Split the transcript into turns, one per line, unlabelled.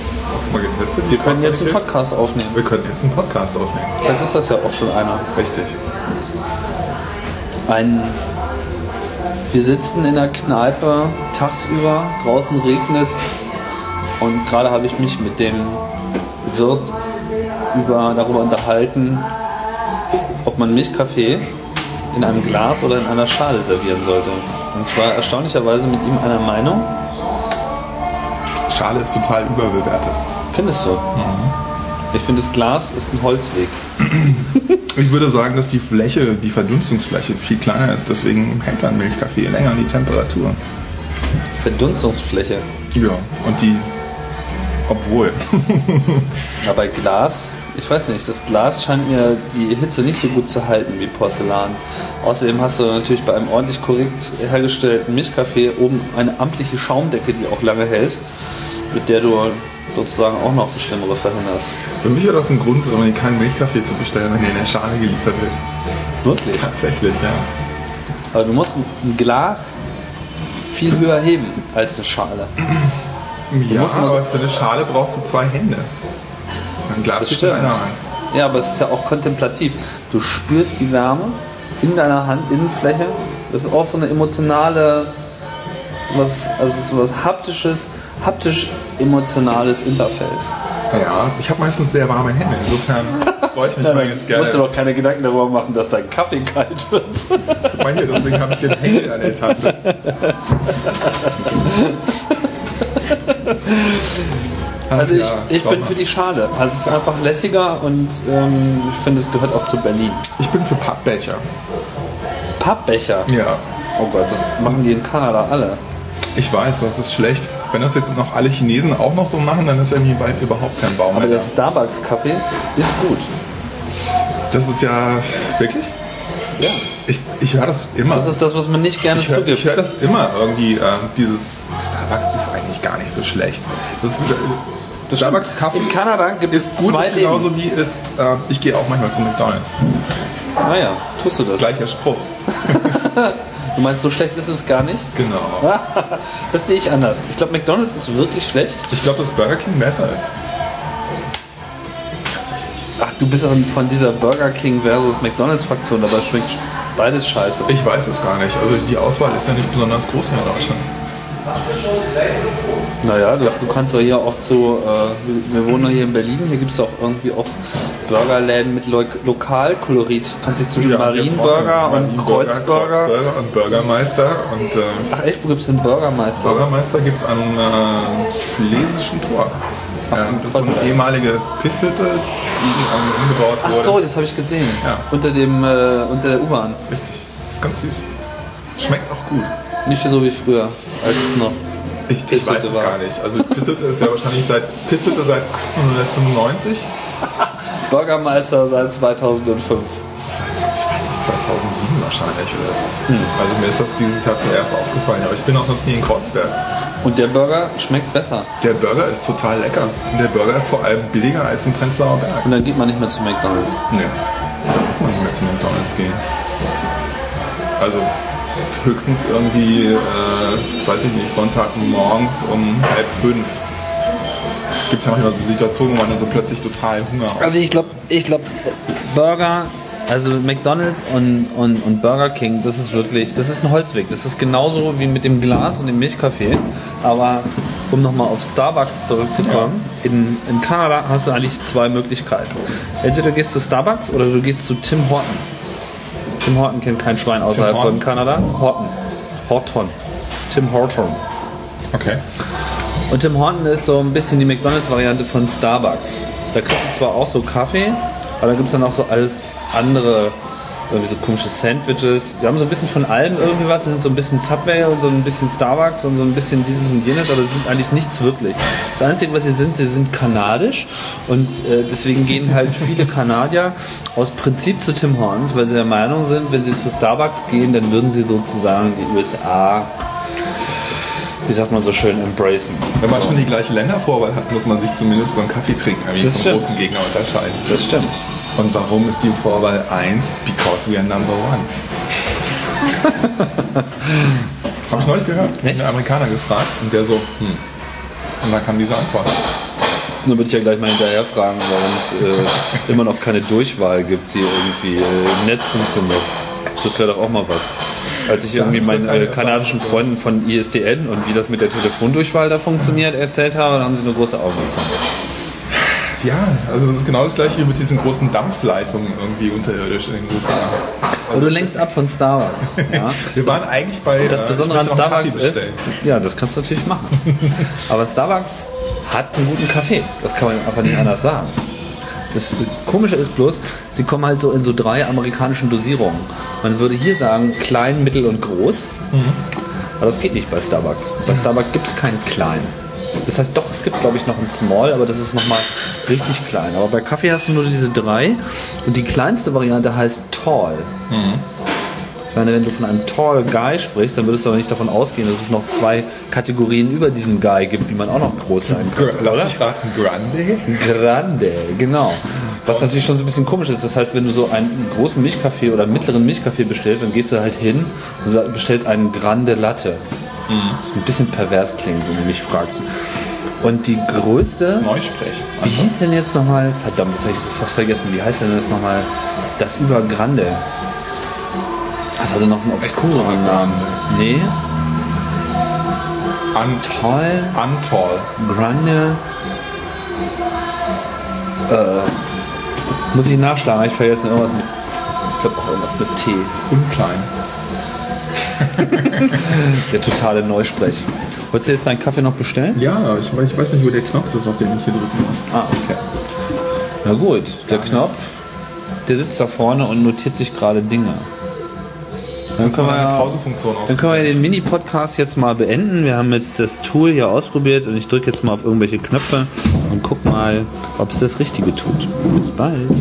hast es mal getestet?
Wir können jetzt einen Podcast aufnehmen.
Wir können jetzt einen Podcast aufnehmen.
Vielleicht ist das ja auch schon einer.
Richtig.
Ein. Wir sitzen in der Kneipe tagsüber, draußen regnet's und gerade habe ich mich mit dem Wirt über, darüber unterhalten, ob man Milchkaffee in einem Glas oder in einer Schale servieren sollte. Und ich war erstaunlicherweise mit ihm einer Meinung.
Schale ist total überbewertet.
Findest du? Ich finde, das Glas ist ein Holzweg.
Ich würde sagen, dass die Fläche, die Verdunstungsfläche viel kleiner ist, deswegen hält dann Milchkaffee länger an die Temperatur.
Verdunstungsfläche.
Ja, und die, obwohl,
Aber Glas, ich weiß nicht, das Glas scheint mir die Hitze nicht so gut zu halten wie Porzellan. Außerdem hast du natürlich bei einem ordentlich korrekt hergestellten Milchkaffee oben eine amtliche Schaumdecke, die auch lange hält, mit der du sozusagen auch noch das Schlimmere verhinderst.
für mich wäre das ein Grund, wenn man keinen Milchkaffee zu bestellen, wenn der in der Schale geliefert wird.
Wirklich.
Tatsächlich, ja.
Aber du musst ein Glas viel höher heben als eine Schale.
Ja,
musst mal-
aber für eine Schale brauchst du zwei Hände. Ein Glas
Das
geht in
stimmt.
einer Hand.
Ja, aber es ist ja auch kontemplativ. Du spürst die Wärme in deiner Handinnenfläche. Das ist auch so eine emotionale, sowas, also sowas haptisches, haptisch-emotionales Interface.
Ja, ich habe meistens sehr warme Hände, insofern freue ich mich mal ganz
Du
gerne.
musst dir doch keine Gedanken darüber machen, dass dein Kaffee kalt wird.
Guck mal hier, deswegen habe ich hier einen Henkel an der Tasse. Ach
Also ich,
ja,
ich
schau
bin
mal.
für die Schale. Also es ist einfach lässiger und ähm, ich finde, es gehört auch zu Berlin.
ich bin für Pappbecher.
Pappbecher.
Ja,
Oh Gott, das machen die in Kanada alle.
ich weiß, das ist schlecht. Wenn das jetzt noch alle Chinesen auch noch so machen, dann ist ja nie bald überhaupt kein Baum
Aber
mehr.
der
da.
Starbucks-Kaffee ist gut.
Das ist ja wirklich.
Ja.
Ich, ich höre das immer.
Das ist das, was man nicht gerne
Ich höre
zugibt.
hör das immer irgendwie, äh, dieses Starbucks ist eigentlich gar nicht so schlecht. Das ist, äh, Starbucks Kaffee
In Kanada gibt es
ist gut,
zwei
ist genauso wie ist, äh, ich gehe auch manchmal zu McDonalds.
Leben. Naja, Ah tust du das.
Gleicher Spruch.
Du meinst, so schlecht ist es gar nicht?
Genau.
das sehe ich anders. Ich glaube, McDonalds ist wirklich schlecht.
Ich glaube, dass Burger King besser ist.
Ach, du bist an- von dieser Burger King versus McDonalds Fraktion, aber schmeckt beides scheiße.
Ich weiß es gar nicht. Also die Auswahl ist ja nicht besonders groß in Deutschland.
Naja, du, du kannst doch hier auch zu, äh, wir- wir wohnen doch hier in Berlin, hier gibt es auch irgendwie auch Burgerläden mit Lo Lokalkolorit. Du kannst dich zwischen
Ja, hier vorne
Marienburger und
Marienburger,
Kreuzburger.
Kreuzburger und Bürgermeister. Und äh,
Ach echt, wo gibt es den Bürgermeister?
Bürgermeister gibt es an äh, schlesischen Tor. Ähm, das ist so eine
Kreuzberg.
ehemalige Pisshütte, die ähm, umgebaut wurde.
Ach so, das habe ich gesehen.
Ja.
Unter dem, äh, unter der U-Bahn.
Richtig. Ist ganz süß. Schmeckt auch gut.
Nicht so wie früher, als es noch.
Ich, ich
Pisshütte
weiß es
war.
gar nicht. Also Pisshütte ist ja wahrscheinlich seit Pisshütte seit 1895.
Bürgermeister seit 2005.
Also, Ich weiß nicht, 2007 wahrscheinlich oder so. Also mir ist das dieses Jahr zuerst aufgefallen, aber ich bin auch sonst nie in Kreuzberg.
Und der Burger schmeckt besser.
Der Burger ist total lecker. Und der Burger ist vor allem billiger als im Prenzlauer Berg.
Und dann geht man nicht mehr zu McDonalds.
Nee, da muss man nicht mehr zu McDonalds gehen. Also höchstens irgendwie, äh, weiß ich nicht, Sonntagmorgens um halb fünf. Gibt es ja manchmal so Situationen, wo man dann so plötzlich total Hunger hat.
Also ich glaube, ich glaube, Burger, also McDonalds und, und, und Burger King, das ist wirklich, das ist ein Holzweg. Das ist genauso wie mit dem Glas und dem Milchkaffee. Aber um nochmal auf Starbucks zurückzukommen, in, in Kanada hast du eigentlich zwei Möglichkeiten. Entweder du gehst zu Starbucks oder du gehst zu Tim Horton. Tim Horton kennt kein Schwein außerhalb
Horton.
von Kanada. Horton. Horton. Tim Horton.
Okay.
Und Tim Horton ist so ein bisschen die McDonalds-Variante von Starbucks. Da kriegst du zwar auch so Kaffee, aber da gibt es dann auch so alles andere, irgendwie so komische Sandwiches. Die haben so ein bisschen von allem irgendwie was, sind so ein bisschen Subway und so ein bisschen Starbucks und so ein bisschen dieses und jenes, aber sind eigentlich nichts wirklich. Das Einzige, was sie sind, sie sind kanadisch und äh, deswegen gehen halt viele Kanadier aus Prinzip zu Tim Hortons, weil sie der Meinung sind, wenn sie zu Starbucks gehen, dann würden sie sozusagen die USA, wie sagt man so schön, embracen.
Wenn man schon die gleiche Ländervorwahl hat, muss man sich zumindest beim Kaffee trinken irgendwie
Das
vom
stimmt.
großen Gegner unterscheiden.
Das stimmt.
Und warum ist die Vorwahl 1? Because we are number one. Habe ich neulich gehört.
Echt?
Einen Amerikaner gefragt und der so, hm. Und dann kam diese Antwort.
Dann würde ich ja gleich mal hinterher fragen, warum es äh, immer noch keine Durchwahl gibt, die irgendwie äh, im Netz funktioniert. Das wäre doch auch mal was. Als ich irgendwie
gibt's
meinen
doch keine
äh, kanadischen Freunden von ISDN und wie das mit der Telefondurchwahl da funktioniert erzählt habe, dann haben sie eine große Augen bekommen.
Ja, also es ist genau das gleiche wie mit diesen großen Dampfleitungen irgendwie unterirdisch in den USA.
Aber du lenkst ab von Starbucks. Ja?
Wir waren eigentlich bei
Das
äh,
Besondere
ich
an
möchte noch einen
Starbucks
Kaffee
ist,
bestellen.
ja, das kannst du natürlich machen. Aber Starbucks hat einen guten Kaffee. Das kann man einfach nicht anders sagen. Das Komische ist bloß, sie kommen halt so in so drei amerikanischen Dosierungen. Man würde hier sagen klein, mittel und groß. Aber das geht nicht bei Starbucks. Bei Starbucks gibt es keinen klein. Das heißt doch, es gibt glaube ich noch ein Small, aber das ist nochmal richtig klein. Aber bei Kaffee hast du nur diese drei und die kleinste Variante heißt Tall. Ich meine, wenn du von einem Tall Guy sprichst, dann würdest du aber nicht davon ausgehen, dass es noch zwei Kategorien über diesem Guy gibt, wie man auch noch groß sein
Gr-
könnte.
Lass
oder?
mich raten, Grande?
Grande, genau. Was natürlich schon so ein bisschen komisch ist. Das heißt, wenn du so einen großen Milchkaffee oder mittleren Milchkaffee bestellst, dann gehst du halt hin und sa- bestellst einen Grande Latte. Das ein bisschen pervers klingt, wenn du mich fragst. Und die größte,
Neusprech.
wie hieß denn jetzt nochmal, verdammt, das habe ich fast vergessen, wie heißt denn das nochmal? Das über Grande. Das hatte noch so einen obskuren Namen. Nee,
Ant
toll.
Antol.
Grande. Äh, muss ich nachschlagen, hab ich vergessen irgendwas mit. Ich glaube auch irgendwas mit T.
Unklein.
Der totale Neusprech. Wolltest du jetzt deinen Kaffee noch bestellen?
Ja, ich, ich weiß nicht, wo der Knopf ist, auf den ich hier drücken muss.
Ah, okay. Na gut, der Knopf, der sitzt da vorne und notiert sich gerade Dinge. Dann
Kannst du
können,
mal
wir,
eine
ja-
Pausefunktion aus.
dann können wir den Mini-Podcast jetzt mal beenden. Wir haben jetzt das Tool hier ausprobiert und ich drücke jetzt mal auf irgendwelche Knöpfe und guck mal, ob es das Richtige tut. Bis bald.